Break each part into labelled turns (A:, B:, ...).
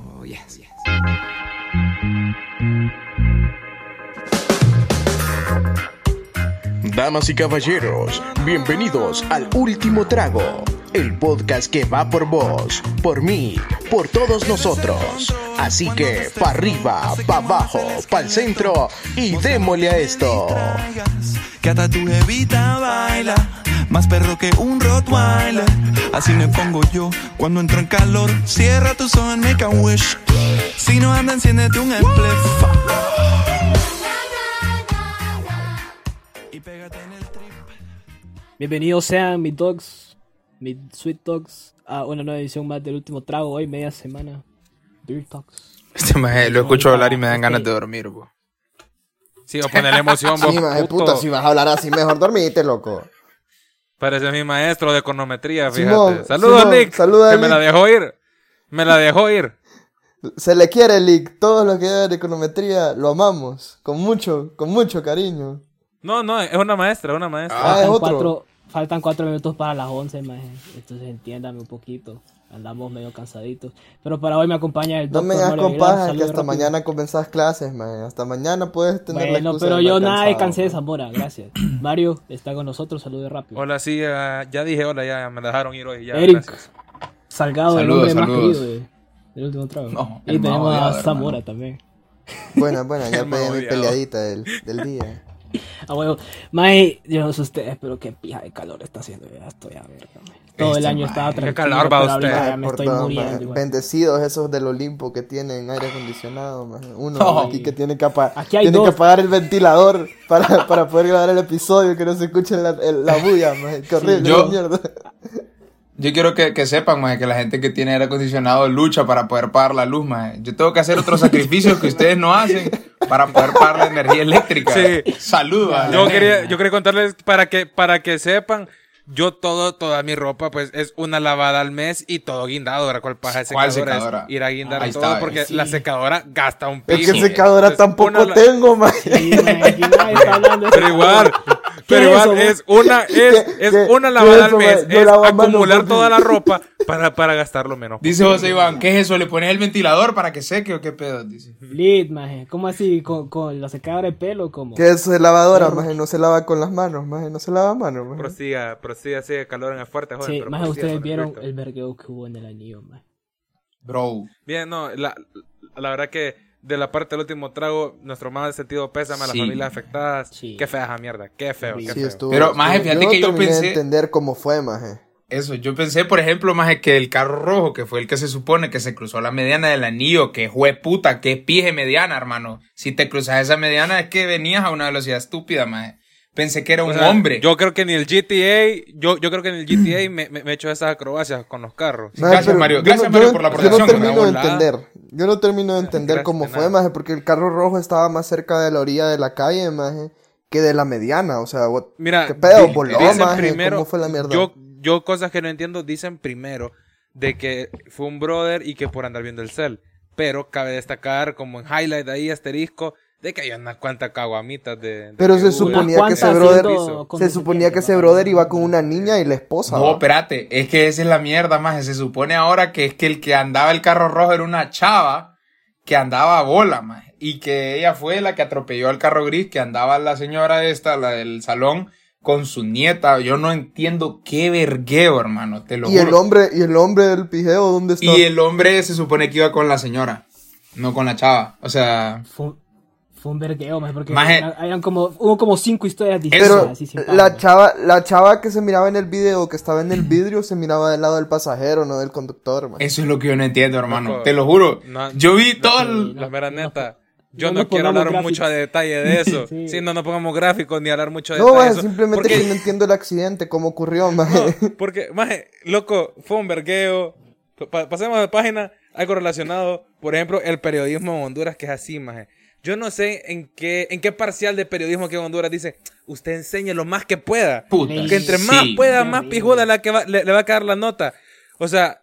A: Oh, yes, yes.
B: Damas y caballeros, bienvenidos al Último Trago, el podcast que va por vos, por mí, por todos nosotros. Así que, pa' arriba, pa' abajo, pa' el centro y démosle a esto.
C: traigas, Que hasta tu jevita baila Más perro que un Rottweiler Así me pongo yo cuando entro en calor Cierra tus ojos and make a wish Si no anda, enciéndete un spliff Y pégate en el triple
D: Bienvenidos sean mis dogs, mis sweet dogs, a una nueva edición más del último trago hoy, media semana. Dirt Talks.
E: Este maje, lo escucho hablar y me dan ganas de dormir, bo.
F: Sí, o ponerle emoción, vos,
G: Sí, maje,
F: puto.
G: puta, si vas a hablar así, mejor dormite, loco.
F: Parece mi maestro de econometría, fíjate.
G: Simón,
F: Saludos,
G: Simón,
F: Nick.
G: saluda,
F: que me la
G: Nick.
F: dejó ir. Me la dejó ir.
G: Se le quiere, Lick. Todos los que dan econometría lo amamos. Con mucho, con mucho cariño.
F: No, no, es una maestra, es una maestra.
G: Ah, es
D: Faltan
G: otro.
D: cuatro, faltan cuatro minutos para las 11, maje. Entonces entiéndame un poquito. Andamos medio cansaditos. Pero para hoy me acompaña el
G: No
D: doctor.
G: me hagas
D: Mario
G: con
D: Aguilar.
G: paja que
D: Saludos
G: hasta
D: rápido.
G: mañana comenzás clases, maje. Hasta mañana puedes tener la
D: Bueno,
G: excusa
D: pero
G: de
D: yo
G: estar
D: nada
G: cansado,
D: descansé de
G: maje.
D: Zamora, gracias. Mario está con nosotros, saludos
E: Ah.
D: rápido.
F: Hola, sí, ya, ya dije hola, ya me la dejaron ir hoy. Ya,
D: Eric.
F: gracias.
D: Salgado, el
E: Saludos,
D: hombre
E: saludos.
D: más querido de- del último trago.
E: No,
D: y
E: el más
D: tenemos a
E: odiado,
D: Zamora
E: hermano.
D: también.
G: Buena, buena, ya
F: Me
G: pegué mi
F: odiaba.
G: peleadita del, del día.
D: Ah, huevo. Mae, yo no sé ustedes, pero qué pija de calor está haciendo. Ya estoy a ver, Todo el
E: Este
D: año
E: mae.
D: estaba tranquilo.
F: Qué calor
D: pero
F: va usted.
D: ahorita
G: Maje,
D: ya Ah, me
G: por
D: estoy
G: todo,
D: muriendo.
G: maje.
D: igual.
G: Bendecidos esos del Olimpo que tienen aire acondicionado, maje. Uno
E: No.
G: aquí que tiene que, apa-
D: Aquí hay
G: tiene
D: dos.
G: que apagar el ventilador para, para poder grabar el episodio que no se escuche la, el- la bulla, maje. Qué horrible,
E: Yo-
G: la mierda.
E: Yo quiero que, que sepan, maje, que la gente que tiene aire acondicionado lucha para poder pagar la luz, maje. Yo tengo que hacer otros sacrificios que ustedes no hacen para poder pagar la energía eléctrica.
F: Sí.
E: Saludos. a la
F: Yo
E: gente.
F: quería, yo quería contarles para que, para que sepan. Yo todo, toda mi ropa, pues, es una lavada al mes y todo guindado, ¿verdad? ¿Cuál paja de
E: ¿Cuál
F: secadora?
E: secadora?
F: Es ir a guindar
E: Ahí
F: todo
E: está,
F: porque
D: sí.
F: la secadora gasta un piso.
G: Es que secadora
E: pues,
F: Entonces,
G: tampoco
F: una la-
G: tengo, maje.
D: Sí, mae, aquí nadie está hablando de
F: Pero
D: esa madre.
F: igual, pero
D: ¿Qué es eso,
F: igual es una, es,
G: ¿Qué-
F: es
G: qué-
F: una
G: qué
F: lavada
G: es
F: al
G: eso,
F: mes,
G: mae? Yo
F: es
G: lavo a mano,
F: acumular
G: papi.
F: toda la ropa para, para gastarlo menos.
E: Dice José Iván, ¿qué es eso? ¿Le pones el ventilador para que seque o qué pedo? Dice.
D: Lit, maje. ¿Cómo así? ¿Con, con la secadora de pelo? ¿Cómo?
G: Que eso es lavadora, maje, no se lava con las manos, maje, no se lava a mano, maje.
F: Prosiga, prosiga, sigue calor en el fuerte, joven.
D: Sí,
F: pero
D: maje,
F: prosiga
D: ustedes
F: con el
D: vieron
F: proyecto.
D: el vergueo que hubo en el anillo, maje.
E: Bro.
F: Bien, no, la, la verdad que de la parte del último trago, nuestro más sentido pésame a las
E: Sí.
F: familias afectadas.
D: Sí.
F: Qué fea esa mierda, qué feo, qué
D: Sí,
G: Sí,
F: feo.
G: estuvo.
E: Pero,
G: estuvo.
E: maje, fíjate
G: no
E: que yo
G: terminé de
E: pensé-
G: entender cómo fue, maje.
E: Eso, yo pensé, por ejemplo, más que el carro rojo, que fue el que se supone que se cruzó la mediana del anillo, que jue puta, que pije mediana, hermano. Si te cruzas esa mediana es que venías a una velocidad estúpida, más. Pensé que era un
F: O sea,
E: hombre.
F: Yo creo que ni el GTA, yo, yo creo que en el GTA me, me, me he hecho esas acrobacias con los carros.
E: Sí, gracias,
G: pero
E: Mario.
G: yo no-
E: Gracias, Mario,
G: yo no-
E: por la
G: Yo no
E: aportación,
G: termino
E: me
G: de
F: volaba.
G: entender. Yo no termino de entender
F: gracias,
G: cómo
F: de
G: fue,
F: nada.
G: maje, porque el carro rojo estaba más cerca de la orilla de la calle, maje, que de la mediana. O sea, what-
F: Mira,
G: qué pedo,
F: di-
G: voló,
F: dicen
G: maje,
F: primero,
G: cómo fue la mierda.
F: Yo, yo cosas que no entiendo dicen primero de que fue un brother y que por andar viendo el cel. Pero cabe destacar, como en highlight ahí, asterisco, de que hay unas cuantas caguamitas de, de
G: Pero
F: que
G: se
F: hubo.
G: suponía
D: Unas
G: que ese
D: cuantas
G: brother,
D: haciendo con
G: se
D: ese
G: suponía
D: tiempo,
G: que ese
D: maje.
G: brother iba con una niña y la esposa.
E: No,
G: ¿va?
E: espérate, es que esa es la mierda, más. Se supone ahora que es que el que andaba el carro rojo era una chava que andaba a bola, más. Y que ella fue la que atropelló al carro gris, que andaba la señora esta, la del salón, con su nieta. Yo no entiendo qué vergueo, hermano, te lo
G: y el
E: juro.
G: hombre, y el hombre del pijeo, ¿dónde está?
E: y el hombre se supone que iba con la señora, no con la chava. O sea,
D: Fue, un- fue un vergueo, maje, porque
E: Maje.
D: eran- eran como, hubo como cinco historias distintas.
G: Pero
D: así, sin paja,
G: la
D: maje.
G: chava, la chava que se miraba en el video, que estaba en el vidrio, se miraba del lado del pasajero, no del conductor, maje.
E: eso es lo que yo no entiendo, hermano.
F: Loco,
E: te lo juro.
F: no-
E: yo vi todo
D: no,
E: el-
F: La mera neta.
D: no
F: Yo no,
D: nos
F: quiero
D: pongamos
F: hablar mucho
D: gráficos.
F: a detalle de eso.
D: Sí.
F: sí. no nos pongamos gráficos ni hablar mucho de
G: No,
F: detalle.
G: maje,
F: de eso,
G: simplemente
F: porque,
G: que no entiendo el accidente, cómo ocurrió, maje.
F: no, porque, maje, loco, fue un vergueo. Pa- pasemos de página, algo relacionado. Por ejemplo, el periodismo en Honduras, que es así, maje. Yo no sé en qué, en qué parcial de periodismo que en Honduras dice, usted enseñe lo más que pueda.
E: puta.
F: Que entre más pues,
E: Sí.
F: pueda,
D: Qué
F: más
D: horrible.
F: pijuda la que va- le, le va a caer la nota. O sea,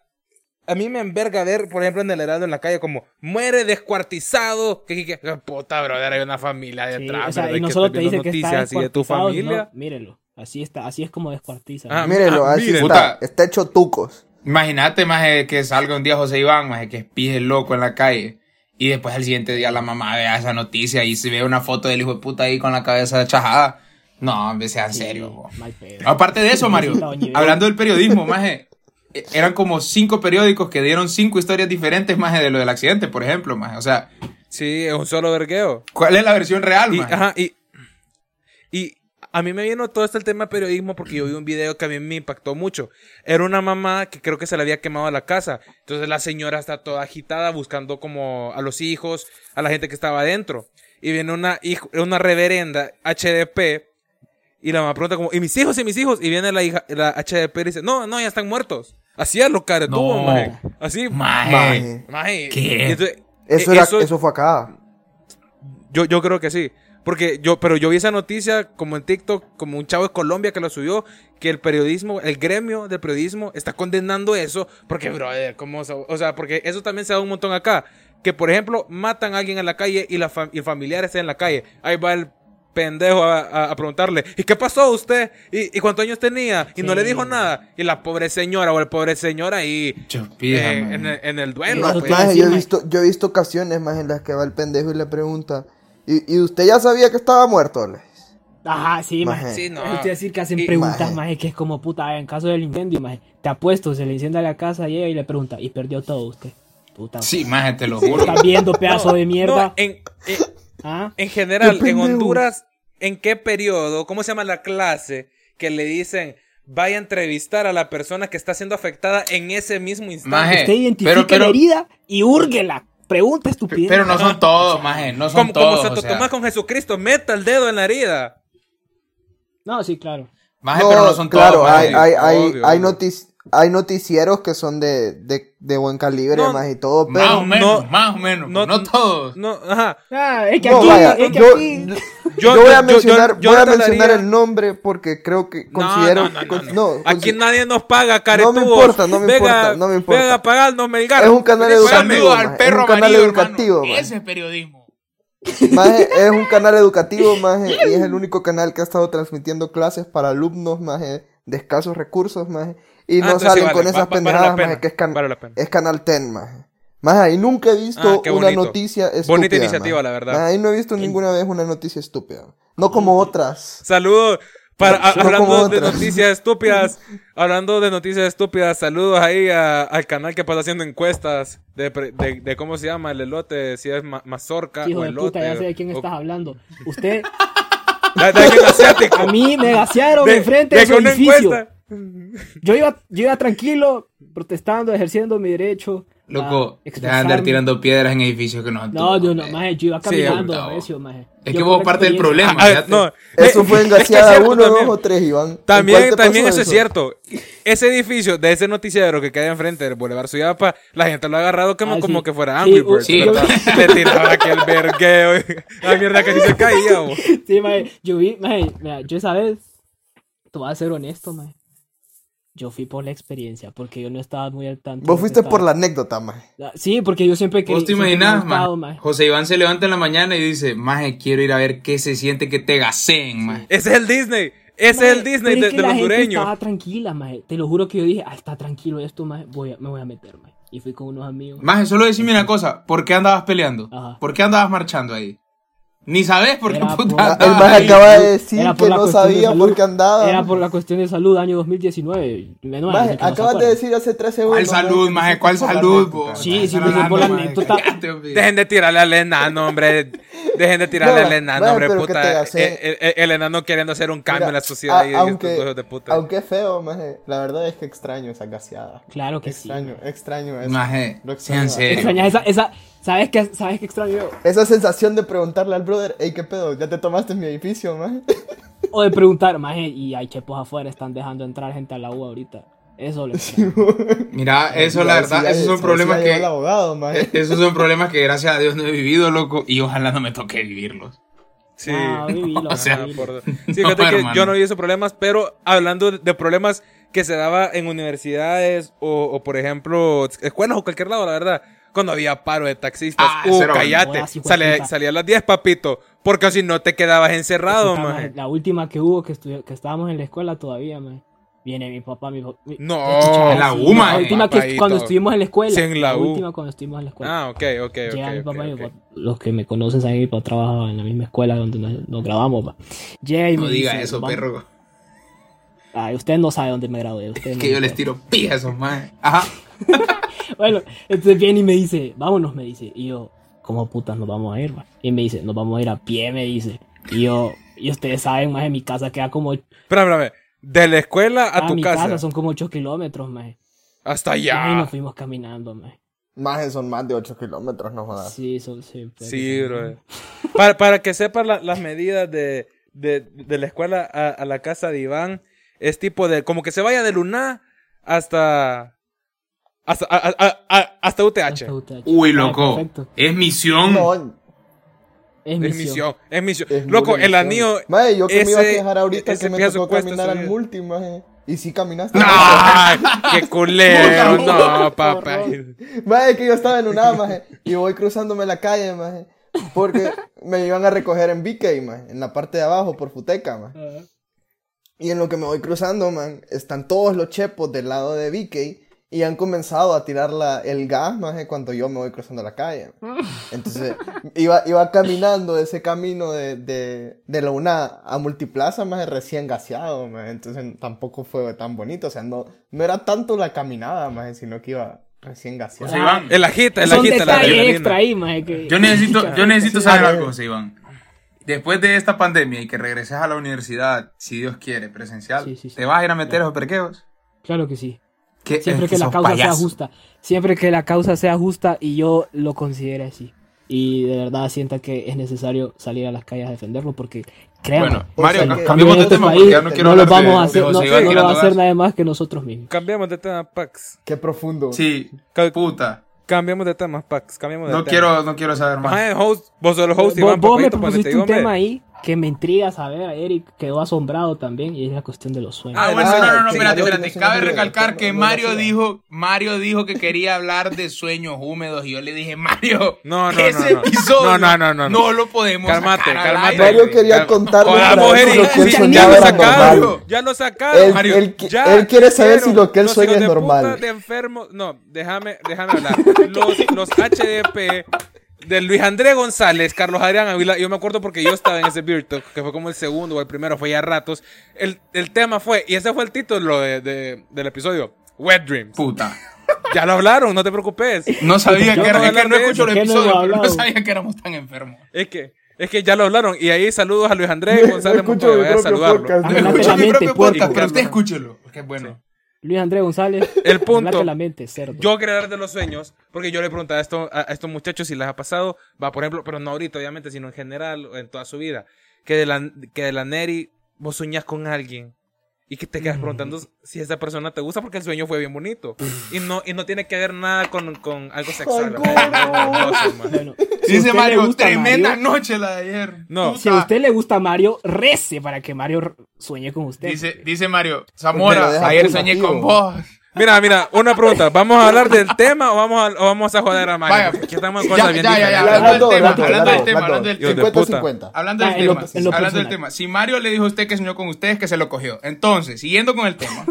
F: a mí me enverga ver, por ejemplo, en el heraldo en la calle, como muere descuartizado. Que, que, que- puta, brother, hay una familia
D: Sí,
F: detrás.
D: o sea,
F: brother,
D: y
F: que
D: no solo
F: está
D: te dice
F: viendo
D: que está
F: noticias así de tu
D: descuartizado, sino-
F: familia.
D: mírelo. Así está, así es como descuartiza.
F: Ah,
D: maje.
G: Mírenlo,
F: ah,
G: así
F: miren.
G: está,
E: Puta.
G: está hecho tucos.
E: Imagínate, maje, que salga un día José Iván, maje, que espije loco en la calle. Y después al siguiente día la mamá vea esa noticia y se ve una foto del hijo de puta ahí con la cabeza chajada. No, hombre, sea en serio. bo.
D: Mal
F: Ah,
D: pedo.
E: Aparte de eso, Mario, hablando del periodismo, maje, eh, eran como cinco periódicos que dieron cinco historias diferentes, maje, de lo del accidente, por ejemplo, maje. O sea,
F: Sí, es un solo vergueo.
E: ¿cuál es la versión real,
F: Y,
E: maje?
F: ajá, y, y a mí me vino todo este el tema de periodismo porque yo vi un video que a mí me impactó mucho. Era una mamá que creo que se le había quemado la casa. Entonces la señora está toda agitada buscando como a los hijos, a la gente que estaba adentro. Y viene una, hij- una reverenda HDP y la mamá pregunta como, ¿y mis hijos? ¿y mis hijos? Y viene la, hija, la HDP y dice, no, no, ya están muertos. Así es lo que tuvo,
E: No.
F: maje. Así,
E: Maje.
G: Maje.
F: maje.
E: ¿Qué?
F: Y entonces,
G: Eso,
F: eh,
G: era, eso... fue acá.
F: yo, yo creo que sí. Porque yo, pero yo vi esa noticia como en TikTok, como un chavo de Colombia que lo subió, que el periodismo, el gremio del periodismo está condenando eso, porque, brother, ¿cómo so- O sea, porque eso también se da un montón acá. Que, por ejemplo, matan a alguien en la calle y, la fam- y el familiar está en la calle. Ahí va el pendejo a, a- a preguntarle, ¿y qué pasó a usted? ¿Y, y cuántos años tenía? Y no le dijo nada. Y la pobre señora o el pobre señor ahí
E: Chupija,
F: eh,
E: maje.
F: en, el, en el
D: No,
F: duelo.
D: no
F: pues.
D: te-
G: Maje,
D: sí,
G: yo, he
D: maje.
G: visto, yo he visto ocasiones más en las que va el pendejo y le pregunta, ¿y, y usted ya sabía que estaba muerto? Le dice.
D: Ajá, sí,
G: Maje.
D: maje.
F: Sí, no.
D: Te voy a decir que hacen
F: Y-
D: preguntas,
G: Maje.
D: maje, que es como puta, en caso del incendio, maje. Te apuesto, se le incendia la casa, llega y le pregunta, y perdió todo usted. Puta.
E: Sí, maje, te lo juro.
D: Estás viendo pedazo de
F: No,
D: mierda.
F: en- en,
D: ¿Ah?
F: En general,
G: Qué
F: en
G: pendejo.
F: Honduras, ¿en qué periodo? ¿Cómo se llama la clase que le dicen vaya a entrevistar a la persona que está siendo afectada en ese mismo instante?
E: Maje,
D: Usted identifica
E: pero- pero-
D: la herida y húrguela. Pregunta estupidez.
E: Pero no son todos, maje, no son
F: Como, como
E: todos.
F: Santo
E: o sea.
F: Tomás con Jesucristo, meta el dedo en la herida.
D: No, sí, claro.
E: Maje, pero no son
G: claro,
E: todos.
G: hay,
E: maje.
G: hay, hay,
F: Obvio,
G: hay,
F: obvio.
G: notic- hay noticieros que son de, de, de buen calibre,
F: No,
G: más y todo, pero...
E: Más o menos,
F: no-
E: más o menos.
F: no-
E: No, todos.
F: No, ajá.
D: Ah, es que
G: No,
D: aquí,
G: vaya,
D: es que
G: yo,
D: aquí.
G: yo,
F: Yo-
G: voy
F: yo-
G: a
F: yo-
G: mencionar,
F: yo
G: voy a
F: trataría-
G: mencionar el nombre porque creo que
F: No,
G: considero...
F: no, no, no,
G: con-
F: no.
G: no,
F: Aquí
G: consi-
F: nadie nos paga, caretubos.
G: importa, no me
F: Venga-
G: importa, no me importa.
F: Venga a pagarnos, Melgar.
G: Es un canal
F: Venga a pagarnos.
G: educativo,
E: Saludos
G: maje,
E: al perro
G: es un canal
E: amarillo,
G: educativo,
E: hermano.
G: maje.
E: Ese es periodismo.
G: Maje, es un canal educativo, maje, y es el único canal que ha estado transmitiendo clases para alumnos, maje, de escasos recursos, maje, y
F: Ah,
G: no
F: entonces
G: salen
F: vale,
G: con
F: va-
G: esas
F: va- vale la
G: pendejadas,
F: pena,
G: maje, que es, can-
F: vale la pena.
G: es Canal 10, maje. Maje, ahí nunca he visto
F: Ah, qué
G: una
F: bonito.
G: noticia estúpida.
F: Bonita iniciativa,
G: maje.
F: la verdad. Mm.
G: Maje, ahí no he visto ninguna vez una noticia estúpida. No como otras.
F: Saludos. Para, a-
G: Solo como
F: hablando de
G: otras.
F: noticias estúpidas, hablando de noticias estúpidas, saludos ahí a- al canal que pasa haciendo encuestas de, pre- de- de cómo se llama el elote, si es ma- mazorca
D: Hijo
F: o
D: de puta,
F: elote.
D: ya sé de quién
F: o-
D: estás hablando. Usted,
F: de, de alguien asiático.
D: a mí me gasearon
F: De-
D: enfrente
F: de
D: de su
F: que una
D: edificio.
F: encuesta-
D: Yo iba, yo iba tranquilo, protestando, ejerciendo mi derecho. a
E: Loco, deja de
D: expresarme.
E: andar tirando piedras en edificios que no han
D: No, yo no,
E: eh.
D: maje, yo iba
F: Sí,
D: caminando,
E: no.
D: recio, maje.
E: Es
D: Yo
E: que
D: por
E: vos
D: la
E: parte del
D: experiencia-
E: problema.
F: Ah,
E: fíjate.
F: no.
G: Eso fue en
F: Es que es
G: gaseada
F: cierto
G: uno, dos
F: también.
G: o tres, Iván. ¿En cuál
F: También,
G: te
F: también
G: pasó
F: eso es cierto. Ese edificio de ese noticiero que queda enfrente del Boulevard Suyapa, la gente lo ha agarrado como,
D: Ah, sí.
F: como que fuera
D: Sí,
F: Angry
D: u-
F: Birds.
D: sí,
F: ¿verdad?
D: yo-
F: Le tiraba aquel vergueo. La mierda que ni se caía. bo.
D: Sí, maje, yo vi, maje, mira, yo esa vez, te voy a ser honesto, maje. Yo fui por la experiencia, porque yo no estaba muy al tanto. de lo
G: Vos
D: que
G: fuiste por
D: estaba- Ah,
G: la anécdota, maje.
D: Sí, porque yo siempre quería.
E: Vos te
D: siempre me ha
E: imaginás,
D: gustado,
E: maje.
D: maje.
E: José Iván se levanta en la mañana y dice, maje, quiero ir a ver qué se siente que te gaseen, maje.
F: Ese es el Disney. Ese
D: Maje,
F: es el Disney
D: pero
F: de,
D: es que
F: de
D: la
F: los
D: gente
F: dureños.
D: Estaba tranquila, maje. Te lo juro que yo dije, ah, está tranquilo esto, maje. Voy a- me voy a meter, maje. Y fui con unos amigos.
E: Maje, solo decime una cosa, ¿por qué andabas peleando?
D: Ajá.
E: ¿Por qué andabas marchando ahí? Ni sabes por qué
D: Era por-
E: puta
G: Ah, El
E: andabas
G: maje
E: ahí.
G: acaba de decir
D: Era
G: que
D: la
G: no
D: cuestión de
G: sabía
D: salud.
G: por qué andaba.
D: Era por la cuestión de salud, año 2019. Menos mal,
G: Maje,
D: que no se
G: acabas de
D: acuerda.
G: decir hace tres segundos.
E: ¿Cuál salud,
G: maje,
E: maje?
G: que
E: ¿Cuál
G: fuiste por la
E: salud,
G: anécdota.
E: vos?
D: Sí, sí,
E: Estás
D: me fui por la
E: hablando, maje,
D: anécdota.
E: cállate, hombre.
F: Dejen de tirarle al enano, hombre. Dejen de tirarle
G: No,
F: al enano,
G: no,
F: hombre,
G: pero que te
F: puta. El,
G: gasé.
F: el- el enano queriendo hacer un cambio
G: Mira,
F: en la sociedad.
G: a-
F: y
G: aunque,
F: estos hijos de puta.
G: aunque feo, maje, la verdad es que extraño esa gaseada.
D: Claro que sí.
G: extraño, extraño eso.
E: Maje,
G: Lo
E: sea en serio.
D: Extrañas esa, esa. ¿Sabes qué, sabes qué extraño?
G: Esa sensación de preguntarle al brother, hey, ¿qué pedo? ¿Ya te tomaste mi edificio, maje?
D: O de preguntar, maje, y hay chepos afuera, están dejando entrar gente a la U ahorita. Eso lo extraño.
E: Mira, eso la
G: Ya,
E: verdad,
G: sí, ya-
E: esos son
G: sí,
E: problemas
G: ya
E: que...
G: llegó el abogado,
F: Eh.
G: maje.
E: Esos son problemas que gracias a Dios no he vivido, loco, y ojalá no me toque vivirlos.
F: Sí.
D: Ah, vivilo,
E: o sea,
D: vivilo.
F: Por- Sí, fíjate
E: No,
F: que
E: hermano.
F: yo no vi esos problemas, pero hablando de problemas que se daba en universidades o, o, por ejemplo, escuelas o cualquier lado, la verdad. Cuando había paro de taxistas,
E: Ah,
F: uh,
E: cero.
F: cállate.
D: Jodas, hijo de
F: Salía,
D: pues, puta.
F: salía a las 10, papito. Porque si no te quedabas encerrado,
D: Puta,
F: maje.
D: maje, La última que hubo, que, estu- que estábamos en la escuela todavía, maje. Viene mi papá, mi papá. mi-
F: No,
D: De hecho, chaval,
E: en la
D: sí,
E: U, ma,
D: La última que
F: papadito.
D: cuando estuvimos en la escuela.
F: Sí, en la U.
D: última cuando estuvimos en la escuela.
F: Ah, ok, ok, ok.
D: Llega mi papá
F: ok,
D: y mi
F: ok.
D: papá- los que me conocen saben que mi papá trabajaba en la misma escuela donde nos, nos grabamos. pa. Llega y
E: No
D: me
E: diga
D: dice,
E: eso,
D: "Vamos".
E: perro.
D: Ay, ustedes no saben dónde me gradué. ustedes
E: Es
D: no
E: que yo
D: saben.
E: les tiro pija a esos majes. Ajá.
D: Bueno, entonces viene y me dice, vámonos, me dice. Y yo, ¿cómo putas nos vamos a ir? ma?" Y me dice, nos vamos a ir a pie, me dice. Y yo, y ustedes saben, más en mi casa queda como...
F: Espérame, espérame. De la escuela a
D: Ah,
F: tu
D: mi
F: casa.
D: son como 8 kilómetros, más.
F: Hasta
D: Y nos
F: allá.
D: fuimos caminando, más.
G: Maje, son más de 8 kilómetros, no jodas.
D: Sí, son, sí. pero-
F: Sí, bro. Para, para que sepan la- las medidas de, de, de la escuela a, a la casa de Iván, es tipo de. Como que se vaya de Luna hasta. Hasta, a- a- a- hasta UTH.
D: Hasta UTH.
E: Uy,
D: Ah,
E: loco.
D: perfecto.
E: Es misión.
G: No,
D: Es
F: Es
D: misión.
F: misión, es misión.
G: es
F: Loco,
G: muy
F: el
G: delicioso.
F: anillo.
G: Maje, yo que me iba a
F: ese-
G: quejar ahorita
F: ese
G: que me
F: pienso
G: tocó
F: cuesta
G: caminar al
F: subir.
G: multi, maje. Y sí caminaste.
F: ¡Ay! ¡Qué culero! no, papá.
G: Maje, que yo estaba en una, maje, y voy cruzándome la calle, maje, porque me iban a recoger en BK, maje, en la parte de abajo, por Futeca, maje.
D: Ah.
G: Y en lo que me voy cruzando, man, están todos los chepos del lado de BK y han comenzado a tirar la, el gas, maje, cuando yo me voy cruzando la calle. Entonces, iba, iba caminando ese camino de, de, de la UNA a Multiplaza, maje, recién gaseado, maje. Entonces, tampoco fue tan bonito. O sea, no, no era tanto la caminada, maje, sino que iba recién gaseado.
E: José Iván,
F: El agita, el
D: Son
F: agita, la
D: detalles
F: adrenalina.
D: extra ahí, maje, que-
E: yo necesito, yo necesito saber
G: Ah,
E: algo,
G: bueno.
E: José Iván. Después de esta pandemia y que regreses a la universidad, si Dios quiere, presencial,
D: Sí, sí, sí.
E: ¿te vas a ir a meter a esos perqueos?
D: Claro que sí.
E: ¿Qué-
D: Siempre
E: es
D: que la
E: sos
D: causa sea
E: payaso.
D: justa. Siempre que la causa sea justa y yo lo considere así. Y de verdad sienta que es necesario salir a las calles a defenderlo porque créanme.
E: Bueno,
G: O
E: Mario,
G: sea,
E: ca-
G: que-
E: cambiemos de
D: este
E: tema
D: país
E: porque ya no quiero
D: no lo
E: hablar de-
D: vamos a
E: de
D: hacer, no,
E: José Iván
D: no lo
E: tirando
D: va a hacer
E: gas.
D: nadie más que nosotros mismos.
F: Cambiamos de tema, Pax.
G: Qué profundo.
E: Sí,
F: Ca-
E: puta.
F: Cambiamos de tema, Pax. Cambiamos de
E: No
F: tema.
E: quiero, no quiero saber más.
F: Maje, host, vos sos el
D: Vos,
F: host, Iván,
D: vos me
F: papadito, ponete,
D: propusiste un
F: hombre.
D: tema ahí que me intriga saber, Eric quedó asombrado también y es la cuestión de los sueños.
E: Ah, bueno,
G: Ah,
E: no, no, no,
G: sí,
E: espérate,
G: Mario,
E: espérate.
G: no se
E: Cabe
G: nos olvide,
E: recalcar
G: no,
E: que
G: no, no,
E: Mario
G: no.
E: dijo, Mario dijo que quería hablar de sueños húmedos y yo le dije, Mario,
F: No, no, no,
E: ese
F: no. No,
E: episodio
F: no, no, no, no.
E: lo podemos
F: Cálmate,
E: sacar al
F: cálmate.
E: aire.
G: Mario quería
F: Calma.
G: contarnos
F: Hola,
G: una vez
F: mujer,
G: lo que él
F: sí,
G: soñaba
F: ya lo
G: era
F: sacaron,
G: normal.
F: ya lo sacaron,
G: Él-
F: Mario,
G: él qui-
F: ya
G: él quiere saber
F: quiero.
G: si lo que él
F: Los
G: sueña
F: hijos
G: es
F: de
G: normal.
F: puta de enfermos- no, déjame, déjame hablar. Los, los HDP de Luis Andrés González, Carlos Adrián Ávila, yo me acuerdo porque yo estaba en ese Beer Talk, que fue como el segundo o el primero, fue ya ratos. El, el tema fue, y ese fue el título de- de- del episodio, Wet Dreams.
E: Puta.
F: Ya lo hablaron, no te preocupes.
E: No sabía
D: Yo
E: que era,
F: no
E: es que
F: hablo
E: no
F: de
E: escucho
D: eso,
E: los
D: ¿qué no
E: episodios,
D: lo
E: pero no
D: hablamos?
E: sabía que éramos tan enfermos.
F: Es que, es que ya lo hablaron. Y ahí saludos a Luis Andrés
G: No
F: González
G: escucho
F: Montoya,
G: mi
F: vaya a
G: propio
F: saludarlo.
G: podcast.
E: Yo
D: Hablate
E: escucho
D: la
E: mi
D: mente,
E: propio
D: puerco.
E: podcast, pero usted escúchelo, porque es bueno.
D: Luis Andrés González.
F: El punto.
D: hablate la mente, cerdo.
F: Yo quería hablar de los sueños, porque yo le preguntaba a, esto, a, a estos muchachos si les ha pasado, va, por ejemplo, pero no ahorita, obviamente, sino en general, en toda su vida, que de la, que de la Neri vos soñás con alguien y que te quedas preguntando si esa persona te gusta porque el sueño fue bien bonito. y, no, y no tiene que ver nada con, con algo sexual.
G: Ay,
F: ¿verdad? No, no, no, no.
D: Bueno, si
E: Dice
D: usted le
E: Mario,
D: gusta
E: tremenda
D: Mario,
E: noche la de ayer.
F: No.
E: Puta.
D: Si a usted le gusta Mario, rece para que Mario r- sueñe con usted.
E: Dice, dice Mario,
G: Porque lo
E: Zamora,
G: deja
E: ayer
G: puro,
E: soñé
G: tío.
E: con vos.
F: Mira, mira, una pregunta. ¿Vamos a hablar del tema o vamos a, o vamos a joder a Mario?
E: Vaya,
F: Porque aquí estamos en
E: ya,
F: cosas
E: ya,
F: bien
E: ya, ya,
F: diferentes.
E: hablando del
G: Las dos,
E: tema,
G: las dos, las dos,
E: hablando del tema,
G: las
E: hablando
G: dos.
E: del tema.
G: 50-50.
E: Hablando del
D: Ah, en lo-
E: tema,
D: en lo
E: hablando del
D: personal.
E: tema. Si Mario le dijo a usted que soñó con usted, es que se lo cogió. Entonces, siguiendo con el tema.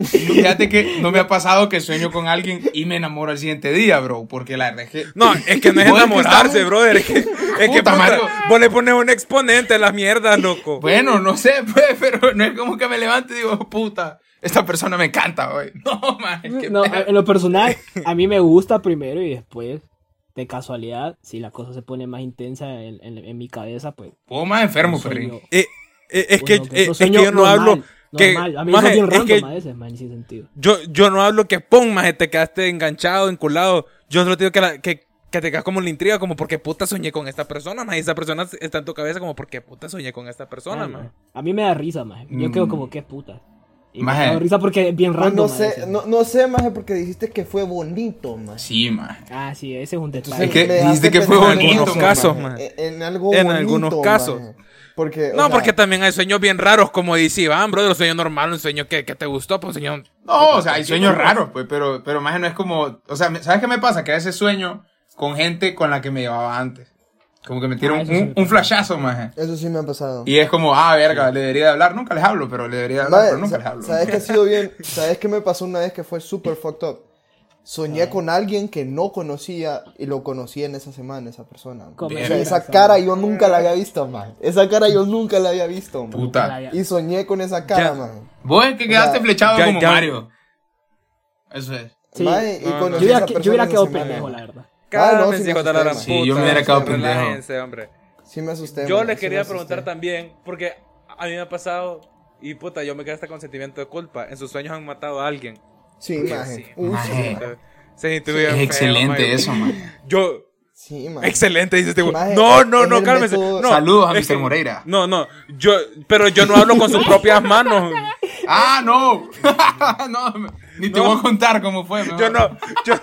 E: Fíjate que no me ha pasado que sueño con alguien y me enamoro al siguiente día, bro. Porque la verdad es que.
F: No, es que no es
E: Vos es que
F: enamorarse,
E: pues, estamos-
F: brother. Es que, es que
E: Puta,
F: puta,
E: Mario.
F: vos le pones un exponente a las mierdas, loco.
E: Bueno, no sé, pues, pero no es como que me levante y digo, puta, esta persona me encanta, güey. No, man. qué
D: No,
E: pedo.
D: en lo personal, a mí me gusta primero y después, de casualidad, si la cosa se pone más intensa en, en- en mi cabeza, pues.
E: Vos más enfermo,
D: sueño-
E: perrín.
F: Eh, eh, es, que,
D: bueno, otro
F: eh, es que
D: sueño
F: yo no hablo.
D: normal,
F: Que,
D: normal. A mí
F: maje,
D: son bien
F: es
D: random
F: que
D: a veces, man, sin sentido.
F: yo, yo no hablo que pum, maje, te quedaste enganchado, enculado. Yo solo te digo que, la- que, que te quedas como en la intriga, como porque puta soñé con esta persona, maje. Esa persona está en tu cabeza, como porque puta soñé con esta persona,
D: Ay,
F: maje.
D: man. A mí me da risa, man. Yo
E: Mm.
D: quedo como que puta. Y
E: Maje.
D: me da risa porque es bien
G: Pues
D: random.
G: no
D: a
G: sé,
D: veces.
G: no, no sé, maje, porque dijiste que fue bonito, maje.
E: Sí, man.
D: Ah, sí, ese es un detalle.
G: Entonces,
E: Es que
G: me dejaste
E: dijiste que fue
G: pensando en
E: bonito,
G: eso,
F: maje. casos, maje.
G: En, en algo
F: En
G: bonito,
F: algunos casos.
G: maje. Porque, o
F: No,
G: sea,
F: porque también hay sueños bien raros, como dice Iván, bro, un sueño normal, un sueño que, que te gustó, pues un sueño.
E: No, o sea, hay sueños raros, pues, pero, pero más no es como, o sea, me- ¿sabes qué me pasa? Que a veces sueño con gente con la que me llevaba antes. Como que me tiran
D: Ah,
E: un,
D: eso sí me
E: un- un flashazo, maje.
G: Eso sí me ha pasado.
E: Y es como, ah, verga, le debería de hablar, nunca les hablo, pero le debería de hablar,
G: Mae,
E: pero nunca
G: sa-
E: les hablo.
G: ¿Sabes que ha sido bien? ¿Sabes que me pasó una vez que fue super fucked up?
E: Ah.
G: Soñé con alguien que no conocía y lo conocí en esa semana, esa persona. man. O
D: Como
E: Bien.
G: sea,
D: si
G: esa
D: razón.
G: cara yo nunca la había visto, man. Esa cara yo nunca la había visto, man.
E: Puta.
D: La-
G: Y soñé con esa cara,
F: Ya.
G: man.
E: Vos es que quedaste
G: Ya,
E: flechado
F: ya,
E: como
F: ya.
E: Mario. Eso es.
D: Sí. Ah,
G: Mae, y
F: No, no.
G: conocí
D: Yo
G: a
D: hubiera,
G: esa
D: que-
G: persona
D: yo hubiera
G: esa
D: quedado
G: semana.
D: pendejo, la verdad.
G: Ah, no,
F: Cálmense,
G: sí me
F: hijo de la gran
G: asusté,
E: man. Sí, yo me
F: puta,
E: hubiera quedado
F: hombre,
E: pendejo.
F: relájense, hombre.
G: Sí me asusté.
F: Yo
G: man,
F: les
G: sí
F: quería
G: me asusté.
F: preguntar también, porque a mí me ha pasado, y puta, yo me quedé hasta con sentimiento de culpa. En sus sueños han matado a alguien.
G: Sí, maje.
F: Sí,
G: Uh, sí,
E: maje.
G: maje.
F: Se sintió
E: Es
F: bien feo,
E: excelente
F: maje.
E: eso, man.
F: Yo,
G: Sí, maje.
F: excelente, dice este güey.
G: Maje,
F: No, no,
G: es
F: no,
G: el
F: cálmese.
G: método-
F: No,
E: Saludos a
F: es
E: Mr.
F: que-
E: Moreira.
F: No, no, yo, pero yo no hablo con sus propias manos.
E: ¡Ah, no! no ni te
F: No.
E: voy a contar cómo fue, mejor.
F: Yo no, yo,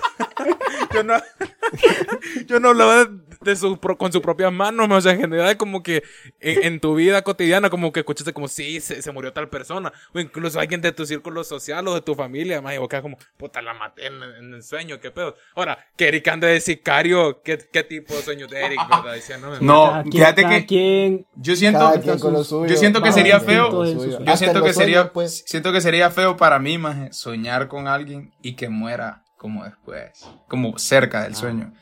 F: yo no, yo no hablaba de, de su pro- con sus propias manos, o sea, en general como que en, en tu vida cotidiana como que escuchaste como, sí, se, se murió tal persona, o incluso alguien de tu círculo social o de tu familia, más y vos quedas como, puta, la maté en, en el sueño, qué pedo. Ahora, que Eric ande de sicario, ¿qué, qué tipo de sueño de Eric, verdad? Decía, no, me-
E: No,
D: Cada quien-
E: fíjate
D: cada
E: que.
D: quien-
E: Yo siento,
G: Cada quien con lo suyo.
E: yo siento que
D: Cada
E: sería
D: quien
E: feo.
D: con
G: Yo
D: lo suyo.
E: Yo
G: Hasta en
E: siento
G: los
E: que sería,
G: sueños, pues.
E: siento que sería feo para mí, maje, soñar con alguien y que muera como después, como cerca
F: Ah.
E: del sueño.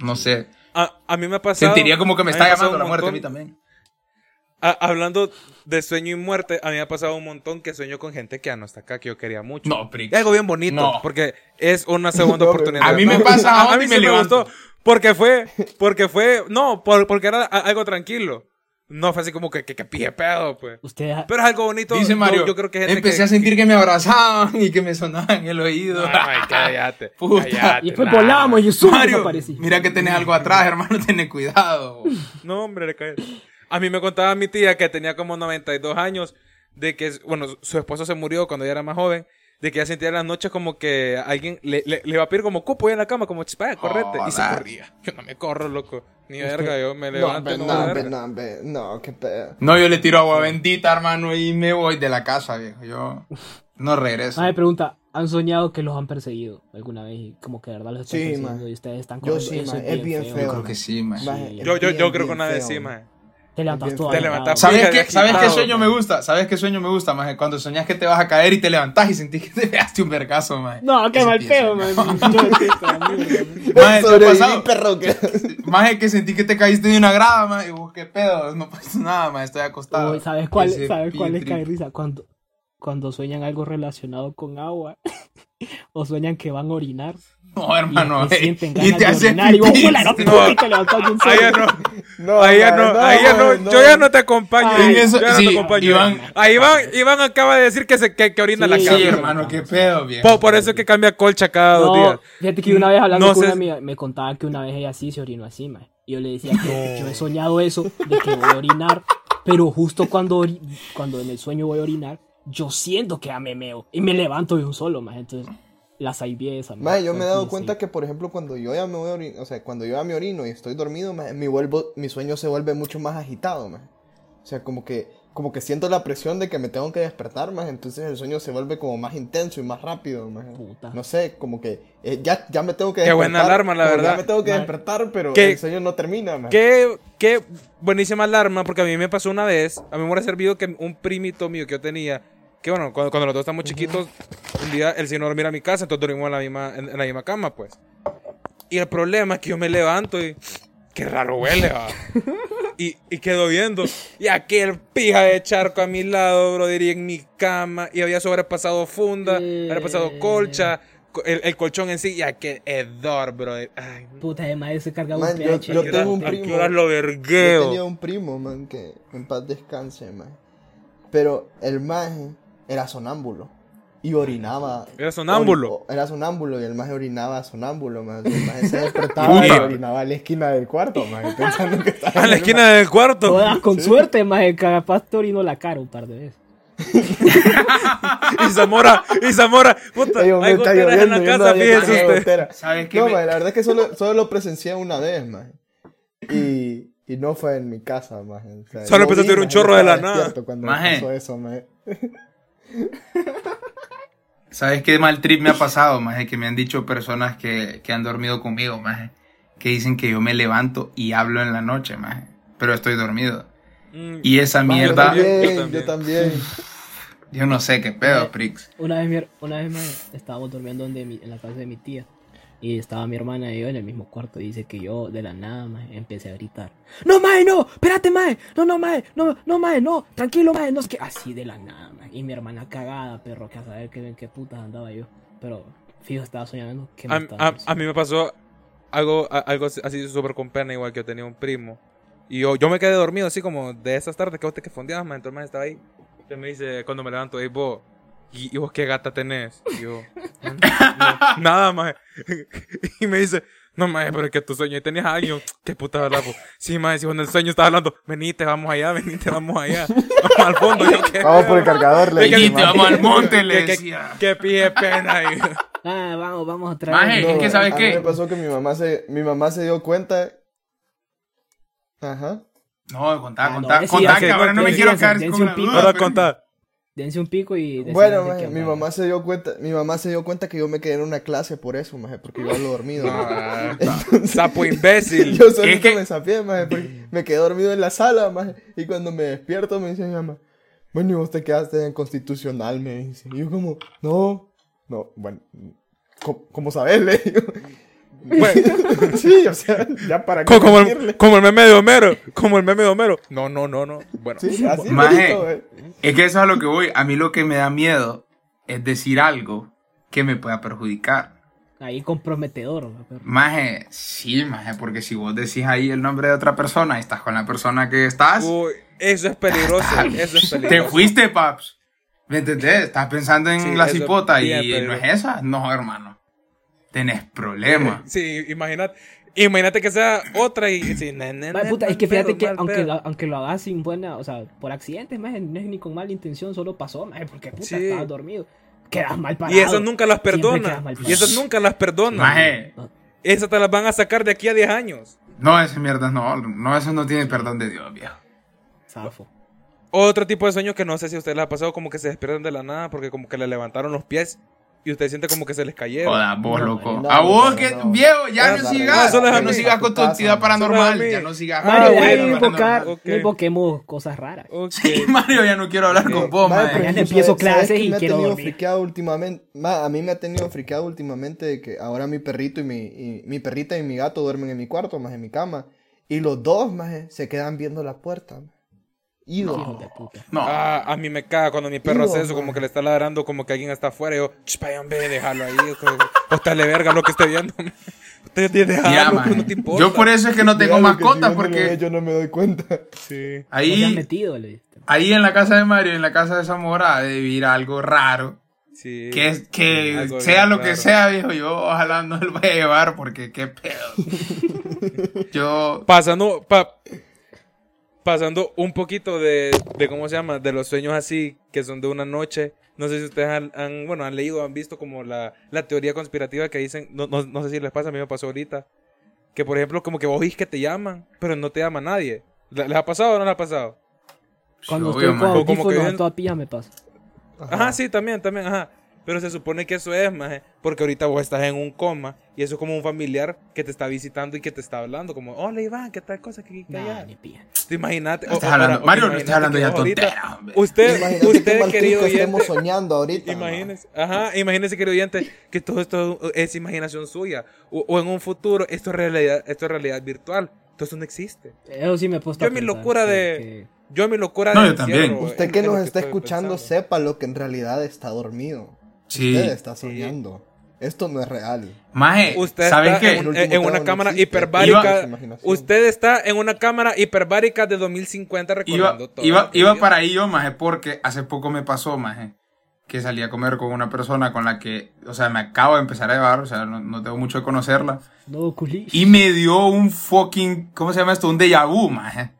E: No sé.
F: A, a mí me ha pasado...
E: Sentiría como que me
F: a mí
E: está
F: ha pasado
E: llamando la
F: un
E: muerte a
F: montón.
E: mí también.
F: A- Ah, hablando de sueño y muerte, a mí me ha pasado un montón que sueño con gente que ya no está acá, que yo quería mucho.
E: No, Prix.
F: Es algo bien bonito,
E: No.
F: porque es una segunda
G: No,
F: oportunidad.
E: a mí me pasa
F: a, a
E: ahora
F: mí
E: y
F: sí
E: me
F: me
E: levanto.
F: gustó, porque fue, porque fue, no, por- porque era a- algo tranquilo. No fue así como que, que, que pije pedo, pues.
D: Ustedes,
F: Pero es algo bonito.
E: Dice
F: yo-
E: Mario,
F: yo, creo que gente
E: empecé
F: que-
E: a sentir que me abrazaban y que me sonaban en el oído.
F: Ay, cállate,
E: Puta.
F: cállate,
D: y después
F: nah.
D: volamos y yo
E: Mario,
D: desaparecí.
E: mira que tenés algo atrás, hermano, tenés cuidado.
F: No, hombre, le cae. A mí me contaba mi tía que tenía como 92 años, de que, bueno, su esposo se murió cuando ella era más joven, de que ella sentía en las noches como que alguien le, le, le va a pedir como cupo ahí en la cama, como chispaya, correte. y se
E: Joder.
F: corría. Yo no me corro, loco. Ni verga, yo me
G: No,
F: levanto.
G: hombre, no,
F: No, no,
G: hombre, no, hombre, no, qué pedo.
E: No, yo le tiro agua bendita, hermano, y me voy de la casa, viejo. Yo no regreso.
D: Ah, me pregunta, ¿han soñado que los han perseguido alguna vez? Y como que de verdad los están
G: Sí,
D: persiguiendo
G: man.
D: y ustedes están
G: Yo
D: corriendo.
G: sí,
D: Eso
G: man, es bien
E: yo
G: feo.
E: creo que sí, man.
G: Maje,
D: Sí.
G: es
F: Yo, yo, yo
G: bien,
F: creo que
G: bien
F: nada de
G: feo, man.
F: encima.
D: Te levantas
G: Te
D: todo.
F: Te
G: Ay,
F: levantas.
D: agitado.
E: ¿Sabes
F: bien
E: qué, ¿Sabes qué
F: agitado,
E: sueño me
F: man.
E: gusta? ¿Sabes qué sueño me gusta, maje? Cuando soñás que te vas a caer y te levantás y sentís que te pegaste un vergazo, maje.
D: No, qué
E: Ese
D: mal
E: pienso,
D: feo,
E: ¿no?
D: man. Yo detesto a mí, man.
E: Maje, ¿te ha
G: Sobreviví,
E: pasado?
G: perro, que-
E: Maje, que sentí que te caíste de una grada, maje. Y vos, qué pedo, no pasa nada, maje, estoy acostado.
D: Uy, ¿Sabes cuál,
E: Ese
D: ¿sabes cuál es
E: pin
D: caer
E: trip.
D: risa? Cuando, cuando sueñan algo relacionado con agua o sueñan que van a orinar
E: No,
D: y,
E: hermano,
D: te
E: ey,
D: sienten
E: y
D: ganas
E: te
D: de
E: hace
D: orinar y vos,
E: pipí.
D: "Huela, no,
F: No.
D: puta", y te levantas bien
F: Ahí ya
D: solo.
F: no,
G: No,
F: ahí ya
G: maje,
F: no, ahí ya no,
G: no,
F: yo ya no te acompaño.
D: Ay,
E: En eso-
F: yo ya no
E: sí,
F: te acompaño.
E: Iván-
F: Ah, Iván, Iván acaba de decir que, se, que, que orina
D: Sí,
F: la
D: sí,
F: cama.
E: Sí, hermano, qué pedo, viejo.
F: Por, por eso es que cambia colcha cada dos
D: No,
F: días.
D: fíjate que una vez hablando
F: No
D: con
F: sé-
D: una amiga, me contaba que una vez ella sí se orinó así, man. Y yo le decía que yo he soñado eso, de que voy a orinar, pero justo cuando, ori- cuando en el sueño voy a orinar, yo siento que ya me meo y me levanto de un solo, man. Entonces, la saibía esa, man.
G: Maje, yo me he dado
D: Sí.
G: cuenta que, por ejemplo, cuando yo ya me voy a orinar, o sea, cuando yo ya me orino y estoy dormido, maje, mi, vuelvo, mi sueño se vuelve mucho más agitado, maje. O sea, como que, como que siento la presión de que me tengo que despertar, más entonces el sueño se vuelve como más intenso y más rápido, maje.
D: Puta.
G: No sé, como que eh, ya, ya me tengo
F: Qué
G: que despertar.
F: buena alarma, la
G: como
F: verdad.
G: Ya me tengo que
D: Maje.
G: despertar, pero
F: Qué-
G: el sueño no termina, maje.
F: Qué, qué buenísima alarma, porque a mí me pasó una vez, a mí me hubiera servido que un primito mío que yo tenía, que bueno, cuando, cuando los dos estamos chiquitos, un día él se vino a dormir a mi casa, entonces dormimos en la misma, en, en la misma cama, pues. Y el problema es que yo me levanto y, qué raro huele, va. Y, y quedo viendo, y aquel pija de charco a mi lado, brother, y en mi cama, y había sobrepasado funda, había pasado colcha, co- el, el colchón en sí, y aquel hedor, brother. Ay,
D: Puta, además se carga un
G: Man, yo-
D: pH.
G: yo
F: ¿a qué
G: tengo
F: hora-
G: un
F: a qué
G: primo.
F: hora lo
G: Yo
F: vergueo?
G: tenía un primo, man, que en paz descanse, man. Pero el maje era sonámbulo. Y orinaba.
F: Era sonámbulo.
G: Ori- o- Era sonámbulo y el maje orinaba sonámbulo, man. O sea, El maje se despertaba y
E: Puta.
G: orinaba a la esquina del cuarto, man. Pensando que estaba.
F: A la esquina del cuarto.
D: Todas con suerte, man. Capaz te orinó la cara un par de veces.
F: Y Zamora, y Zamora. Puta,
G: Ey, hombre,
F: hay
G: está
F: goteras en la
G: lloviendo, yo
F: casa,
G: no había
F: fíjese
G: tenido
F: usted.
G: gotera.
E: ¿Sabes qué
G: No,
E: me-
G: man, la verdad es que solo, solo lo presencié una vez, man. Y, y no fue en mi casa, man. O sea,
F: Solo
G: yo
F: empezó a
G: vi,
F: tirar un
G: man, yo
F: chorro de
G: estaba
F: la nada.
G: despierto Cuando me
E: Maje.
G: pasó eso, man.
E: ¿Sabes qué mal trip me ha pasado, maje? Que me han dicho personas que, que han dormido conmigo, maje. que dicen que yo me levanto y hablo en la noche, maje, pero estoy dormido. Y esa mierda,
G: Yo
E: yo,
G: también, yo también.
E: no sé qué pedo, Prix.
D: Una vez, mi her- una vez mae, estábamos durmiendo donde mi- en la casa de mi tía. Y estaba mi hermana y yo en el mismo cuarto. Y dice que yo de la nada mae, empecé a gritar. No, mae, no, espérate, mae. No, no, mae, no, no, mae, no. Tranquilo, mae, no es que... Así de la nada, mae. Y mi hermana cagada, perro, que a saber que en qué putas andaba yo. Pero fijo, estaba soñando que pues. me
F: A,
D: estaba
F: a- a
D: haciendo.
F: mí me pasó algo, a- algo así- así súper con pena, igual que yo tenía un primo. Y yo, yo me quedé dormido, así como de esas tardes que vos te que fondeabas, man. Entonces, man, estaba ahí. Entonces me dice, cuando me levanto, hey, vos, ¿y, y vos qué gata tenés? Y yo, "No, no, nada, más. Y me dice, no, más, pero es que tu sueño, ahí tenías a alguien. Qué puta hablar, vos. Sí, más, si vos en el sueño estás hablando, venite, vamos allá, venite, vamos allá. Vamos al fondo, yo qué.
G: Vamos por el cargador, le
F: Venga,
G: dije,
E: Venite,
G: man.
E: vamos al monte, le
F: Qué- qué-
E: decía.
F: Qué pije pena. y-
D: Ah, vamos, vamos otra
E: Mae,
D: vez.
E: es que ¿sabes
G: a
E: qué?
G: mí me pasó que mi mamá se, mi mamá se dio cuenta. Ajá.
E: No, contá,
D: Ah, no,
E: contá,
D: decía
E: contá,
F: que-
E: que ahora no me
D: decía
E: quiero
D: que
E: quedar
D: sentencia
E: con la
D: un pico.
E: duda. pues.
F: Ahora
E: pero-
F: contá.
D: Dense un pico y... decían
G: Bueno,
D: de
G: maje,
D: qué
G: mi
D: andaba.
G: mamá se dio cuenta, mi mamá se dio cuenta que yo me quedé en una clase por eso, maje, porque yo hablo dormido. maje.
E: Ah,
F: Sapo imbécil.
G: Yo solito
E: Es que-
G: me sapié, maje, porque me quedé dormido en la sala, maje, y cuando me despierto me dice mi mamá, bueno, y vos te quedaste en constitucional, me dice. Y yo como, no, no, bueno, co- como sabes, le digo.
F: Bueno.
G: sí, o sea, ya para qué
F: Co- Como el,
G: mentirle.
F: como el meme de Homero. Como el meme de Homero. No, no, no, no. Bueno.
G: Sí, así, eh.
E: Maje,
G: solito, maje.
E: es que eso es a lo que voy. A mí lo que me da miedo es decir algo que me pueda perjudicar.
D: Ahí comprometedor, mae, perro.
E: Maje, sí, maje, porque si vos decís ahí el nombre de otra persona y estás con la persona que estás,
F: Uy, eso es peligroso. Eso es Uh, peligroso.
E: te fuiste, paps. ¿Me entendés? Estás pensando en
F: Sí,
E: la
F: eso es
E: cipota y
F: bien
E: no es
F: peligroso.
E: esa. No, hermano. Tenés problemas.
F: Sí, imagínate. Imagínate que sea otra y. sí, na, na,
D: Mae,
F: na,
D: puta,
F: mal
D: es que fíjate
F: pedo,
D: que
F: mal
D: aunque,
F: pedo.
D: lo- aunque lo hagas sin buena, o sea, por accidentes, más no es ni con mala intención, solo pasó, más porque puta,
F: Sí.
D: estabas dormido. Quedas mal parado.
F: Y esas nunca las
D: Siempre
F: perdona.
D: quedas mal
F: Y esas
D: parado. Eh,
F: nunca las perdona.
E: Maje,
F: Esas te las van a sacar de aquí a 10 años.
E: no, esas mierdas no. No, eso no tiene perdón de Dios, viejo.
D: Zafo.
F: Otro tipo de sueños que no sé si a ustedes les ha pasado, como que se despiertan de la nada porque como que le levantaron los pies y usted siente como que se les cayeron.
E: Joda, vos,
D: No,
E: loco.
G: no,
E: a vos,
G: no,
E: que
G: no.
E: viejo, ya
F: No,
E: no
F: no,
E: sigas.
F: no, solo es a
E: Ya no
F: mí.
E: sigas con tu
G: Solo a
E: actividad
G: mí.
E: paranormal.
F: Solo a mí.
E: Ya no sigas.
F: Ah,
D: Mario,
F: bueno,
D: deja de
F: bueno,
D: invocar,
F: ok. Oh.
D: no invoquemos cosas raras.
F: Ok.
E: Sí, Mario, ya no quiero hablar con vos,
G: Mae,
E: maje.
G: pero
D: mañana
G: es que,
D: empiezo
G: ¿sabes- sabes
D: clases
G: que
D: y
G: me ha
D: quiero
G: tenido
D: dormir.
G: friqueado últimamente. Ma, a mí me ha tenido friqueado últimamente de que ahora mi perrito y mi, y mi perrita y mi gato duermen en mi cuarto, más en mi cama. Y los dos, más se quedan viendo la puerta. ma. Ido.
D: Hijo de puta.
E: No.
F: Ah, a mí me caga cuando mi perro hace
G: Ido,
F: eso, como
G: man.
F: que le está ladrando, como que alguien está afuera. Y yo, chupayón, ve, déjalo ahí. Hostale verga lo que esté viendo. man. Usted tiene
E: Mira,
F: déjalo,
E: maje,
F: no te importa.
E: Yo por eso es que no tengo
G: Mira, lo que si
E: mascotas,
G: uno no lo ve,
E: porque
G: yo no me doy cuenta.
D: No
F: Sí.
D: te has
E: ahí,
D: metido, le diste.
E: ahí en la casa de Mario, en la casa de Zamora, debe vivir algo raro.
F: Sí.
E: Que, es- que
F: Algo
E: sea
F: bien
E: lo que
F: raro.
E: sea, viejo, yo ojalá no lo vaya a llevar, porque qué pedo. yo,
F: Pasando, pa- pasando un poquito de, de, ¿cómo se llama? De los sueños así, que son de una noche. No sé si ustedes han, han, bueno, han leído, han visto como la, la teoría conspirativa que dicen, no, no, no sé si les pasa, a mí me pasó ahorita. Que por ejemplo, como que vos oís que te llaman, pero no te llama nadie. ¿Le- ¿Les ha pasado o no les ha pasado?
D: Cuando
E: obvio,
D: estoy con
E: man.
F: O como que
D: audífonos
F: ven-
D: a toda pija me pasa.
F: Ajá. sí, también, también, ajá. Pero se supone que eso es, maje, porque ahorita vos estás en un coma y eso es como un familiar que te está visitando y que te está hablando, como, hola Iván, ¿qué tal cosa? ¿Qué, qué
D: Nah,
F: allá?"
D: ni pija.
F: Te imagínate.
E: No estás
F: o- ahora,
E: hablando-
F: o
E: Mario,
F: imagínate
E: no estás hablando
F: que
E: ya
F: vos ahorita-
E: tonteras, hombre.
F: Usted,
G: Imagínate qué
F: usted
G: mal
F: querido
G: tiempo estemos
F: oyente.
G: soñando ahorita. ma.
F: Imagínese, ajá, imagínese, querido oyente, que todo esto es imaginación suya. O, o en un futuro, esto es realidad, esto es realidad virtual. Todo eso no existe.
D: Eso sí me he puesto
F: Yo
D: a
F: mi
D: pensar
F: locura
D: que-
F: de-
D: que-
F: Yo mi locura
E: No,
F: de
E: yo también.
F: encierro,
G: Usted
F: es-
G: que
F: es lo
G: nos está
F: estoy
G: escuchando,
F: pensando.
G: sepa lo que en realidad está dormido.
E: sí.
G: Usted está soñando. Esto no es real.
E: Maje,
F: Usted
E: ¿sabes
F: está
E: Eh, qué?
F: en,
G: El
F: un-
G: último
F: en una
G: trago no
F: cámara
G: existe.
E: Iba-
F: hiperbárica.
G: Su imaginación.
F: Usted está en una cámara hiperbárica de 2050
E: Iba,
F: recordando todo.
E: iba,
F: lo que
E: iba
F: vio.
E: para ahí yo, maje, porque hace poco me pasó, maje, que salí a comer con una persona con la que, o sea, me acabo de empezar a llevar, o sea, no, no tengo mucho de conocerla.
D: No, culí.
E: Y me dio un fucking, ¿cómo se llama esto? Un déjà vu, maje.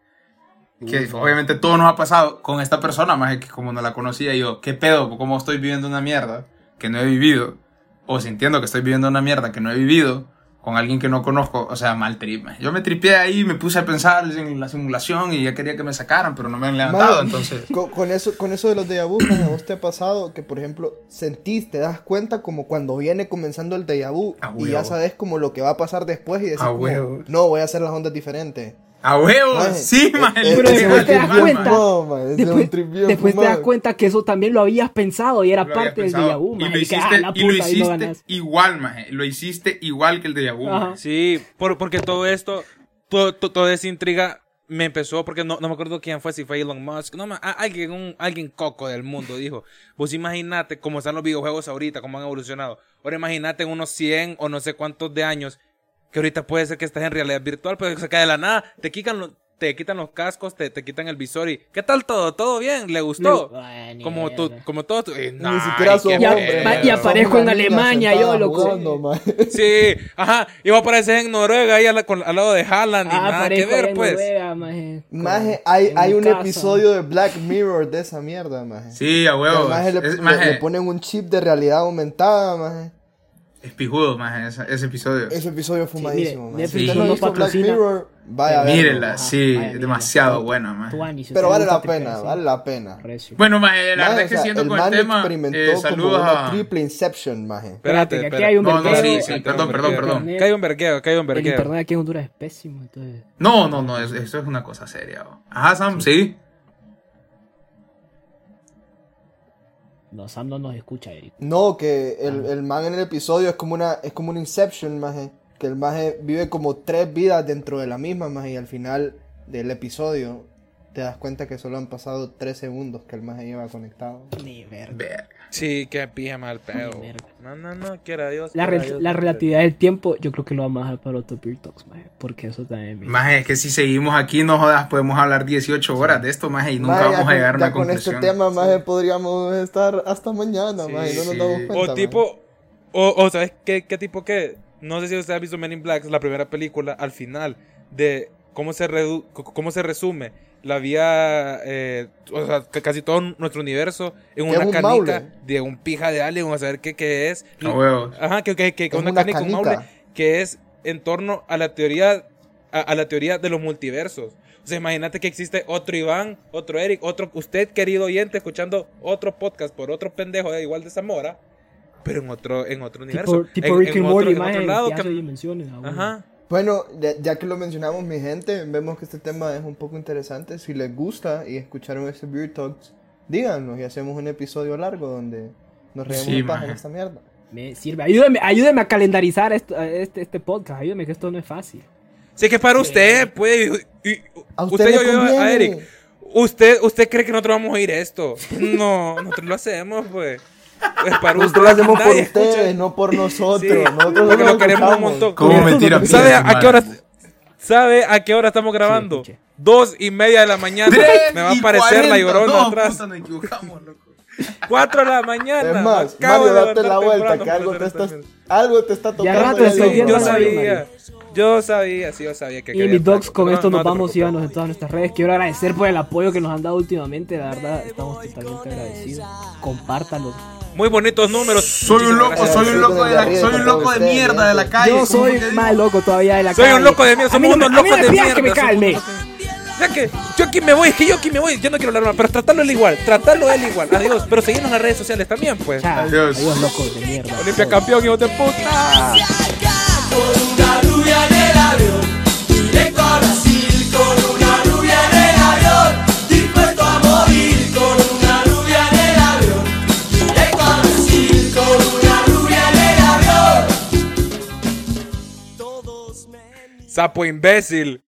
E: Que obviamente todo nos ha pasado con esta persona, maje, que como no la conocía, yo, ¿qué pedo? ¿Cómo estoy viviendo una mierda que no he vivido? O sintiendo que estoy viviendo una mierda que no he vivido. con alguien que no conozco, o sea, mal trip. maje. Yo me tripié ahí, me puse a pensar en la simulación y ya quería que me sacaran, pero no me han levantado,
G: Mae,
E: entonces...
G: Con, con eso, con eso de los déjà vu, maje, ¿a vos te ha pasado que, por ejemplo, sentís, te das cuenta como cuando viene comenzando el déjà vu
E: A
G: y ya
E: huevo.
G: sabes como lo que va a pasar después y decís,
E: A
G: como,
E: huevo.
G: no, voy a hacer las ondas diferentes.
E: ¡A huevo!
G: Maje,
E: ¡Sí,
G: eh,
E: maje!
G: eh,
E: el
D: Pero
E: trip
D: después
E: al
D: te das
E: final,
D: cuenta.
E: maje.
G: No, maje, ese es un
D: Después,
G: trip bien
D: después te das
G: fumado.
D: cuenta que eso también lo habías pensado y era
E: Lo había
D: parte del
E: pensado.
D: déjà vu,
E: y
D: maje,
E: lo
D: y que, ah, la
E: hiciste, y lo
D: puta, ahí no
E: hiciste
D: ganas.
E: igual, maje. Lo hiciste igual que el de Vu,
D: Ajá.
E: maje.
F: Sí, por- porque todo esto, todo, to- toda esa intriga me empezó porque no, no me acuerdo quién fue, si fue Elon Musk, no, ma- a- alguien, un, alguien coco del mundo dijo, vos imagínate cómo están los videojuegos ahorita, cómo han evolucionado. Ahora imagínate en unos 100 o no sé cuántos de años, que ahorita puede ser que estés en realidad virtual, pero se cae de la nada, te quitan, lo- te quitan los cascos, te, te quitan el visor y ¿qué tal todo? ¿Todo bien? ¿Le gustó?
D: Ay, ni Ah,
F: Como, tú,
D: verga.
F: como todos... tú- eh,
G: Ni
F: nah,
G: siquiera
F: ay,
G: somos
F: qué
D: Y a-
F: pedo.
D: va- y aparezco en Alemania, yo, loco.
F: Sí, ajá. Iba a aparecer en Noruega ahí al, con- al lado de Haaland y
D: Ah,
F: nada que
D: aparezco ahí
F: ver,
D: en
F: pues.
D: Noruega, maje.
G: Maje,
D: Con-
G: hay,
D: en
G: hay
D: mi
G: un
D: casa.
G: episodio de Black Mirror de esa mierda, maje.
E: Sí, a
G: Que al
E: huevo.
G: maje le,
E: es,
G: le-
E: maje,
G: le ponen un chip de realidad aumentada, maje.
E: es pijudo, maje, ese, ese episodio.
G: Ese episodio es fumadísimo,
D: mire,
G: maje.
D: Netflix
G: Si usted
E: no
G: no ha
E: nos
G: visto Black
D: patrocina.
G: Mirror, vaya a verlo.
E: Mírenla,
D: Ajá,
E: sí,
D: vaya,
E: demasiado buena, maje.
D: Tú, Ani, si
G: Pero
D: usted
G: vale
D: gusta,
G: la
D: te
G: pena,
D: quedas,
G: vale
D: sí.
G: la pena.
D: Recio.
E: Bueno, maje,
G: Maje,
E: la verdad
G: o
E: es que
G: sea,
E: siendo
G: el
E: con el
G: man
E: tema,
G: experimentó
E: eh,
G: como
E: saludos
G: una
E: a...
G: triple inception, maje.
D: Espérate, que aquí hay un
E: No, no,
D: verguero.
E: sí, sí,
D: El
E: perdón, perdón, perdón.
F: Que hay un vergueo, que hay un
D: El
F: vergueo.
D: internet aquí en Honduras es pésimo, entonces.
E: No, no, no, eso, eso es una cosa seria. bo. Ajá, Sam, sí.
D: No, Sam no nos escucha, Eric.
G: No, que el,
D: Ah.
G: el man en el episodio es como una, es como una inception, maje. Que el maje vive como tres vidas dentro de la misma, maje. Y al final del episodio te das cuenta que solo han pasado tres segundos que el maje lleva conectado.
D: Ni verga.
E: Verga.
F: Sí, qué pija mal pedo.
D: Ni verga.
F: No, no, no, quiera Dios.
D: La,
F: quiera
D: re-
F: Dios,
D: la
F: quiera
D: relatividad del tiempo, yo creo que lo vamos a dejar para otro Beer Talks, maje, porque eso también me-
E: Maje, es que si seguimos aquí, no jodas, podemos hablar 18 horas de esto, maje, y nunca
G: Maje, ya
E: vamos a
G: con-
E: llegar a
G: ya
E: una
G: con
E: conclusión.
G: este tema, maje, podríamos estar hasta mañana,
F: Sí,
G: maje. No nos
E: sí.
G: damos
E: O
G: cuenta.
F: Dios. O
G: maje.
F: tipo, o, o sabes qué, qué tipo que, no sé si ustedes han visto Men in Black, la primera película, al final, de cómo se, redu- c- cómo se resume la vía, eh, o sea, c- casi todo nuestro universo en
G: Que es
F: una
G: un
F: canica
G: maule.
F: de un pija de alien, vamos a saber qué, qué es.
E: A huevo.
F: Ajá, que, que, que
G: Es
F: una,
G: una
F: canica, un
G: canica.
F: maule, que es en torno a la teoría a, a la teoría de los multiversos. O sea, imagínate que existe otro Iván, otro Eric, otro usted querido oyente escuchando otro podcast por otro pendejo de igual de Zamora, pero en otro en otro universo,
D: Tipo, tipo
F: en,
D: Rick
F: en
D: and
F: otro,
D: Morty,
F: en
D: maje,
F: otro
D: el
F: lado,
D: pedazo
F: que-
D: de dimensiones. ah, bueno.
F: ajá.
G: Bueno, ya, ya que lo mencionamos, mi gente, vemos que este tema es un poco interesante. Si les gusta y escucharon este Beer Talks, díganos y hacemos un episodio largo donde nos reemos
E: Sí,
G: de paja en
E: maje.
G: esta mierda.
D: Me sirve. Ayúdame, ayúdame a calendarizar esto- a este, este podcast. Ayúdame que esto no es fácil.
F: Sí que para usted, pues y- y-
G: A usted
F: usted,
G: le
F: yo- yo-
G: conviene.
F: a Eric. Usted usted cree que nosotros vamos a oír esto? No, nosotros lo hacemos, pues. Es para
G: Nosotros lo
F: usted,
G: hacemos por
F: nadie escucha.
G: ustedes, no por nosotros.
F: Sí,
G: nosotros
F: porque
G: no
F: lo queremos un
G: escuchamos.
F: montón.
E: ¿Cómo
D: Mira,
E: me
D: tú
E: tiran
D: no-
F: ¿Sabe
E: piedras,
F: a qué hora?
E: maje?
F: ¿Sabe a qué hora estamos grabando?
D: escuché.
F: Dos y media de la mañana.
E: Tres
F: Me va a
E: y
F: aparecer la
E: 40.
F: llorona
E: No,
F: atrás.
E: puta, nos equivocamos, loco.
F: Cuatro de la mañana.
G: Es
F: me
G: más,
F: acabo
G: Mario,
F: de
G: date la
F: levantar
G: vuelta,
F: temprano
G: que
F: para
G: algo
F: hacer
G: te,
F: esta
G: estás,
F: mierda.
G: algo te está tocando.
D: rato
G: ahí
D: estoy
G: adentro,
F: Sí,
D: viendo
F: yo
D: la
G: Mario.
D: Mario,
F: sabía. Yo sabía, sí, yo sabía que
D: Y
F: quería
D: mis
F: estar
D: dogs, con
F: No,
D: esto
F: no
D: nos
F: te
D: vamos
F: preocupes.
D: yéndonos en todas nuestras redes. Quiero agradecer por el apoyo que nos han dado últimamente. La verdad, estamos totalmente agradecidos. Compártanlo.
F: Muy bonitos números.
E: Soy un
F: Muchísimas
E: loco,
F: gracias.
E: soy un loco de la,
G: Gracias.
E: soy un loco de mierda de la calle.
D: Yo
E: ¿cómo
D: soy
E: que digo?
D: más loco todavía de la
F: Soy
D: calle.
F: un loco de mierda.
D: A mí
F: Somos
D: no me-
F: unos
D: a mí no
F: locos
D: me
F: de
D: pidas
F: mierda.
D: que me
F: somos
D: calme.
F: unos- Ya que yo aquí me voy, es que yo aquí me voy. Yo no quiero hablar más, pero tratarlo él igual. Tratarlo él igual. Adiós. Pero seguirnos en las redes sociales también, pues.
D: Chao.
E: Adiós.
D: Adiós, locos de mierda.
F: Olimpia campeón, hijo de puta. Sapo imbécil.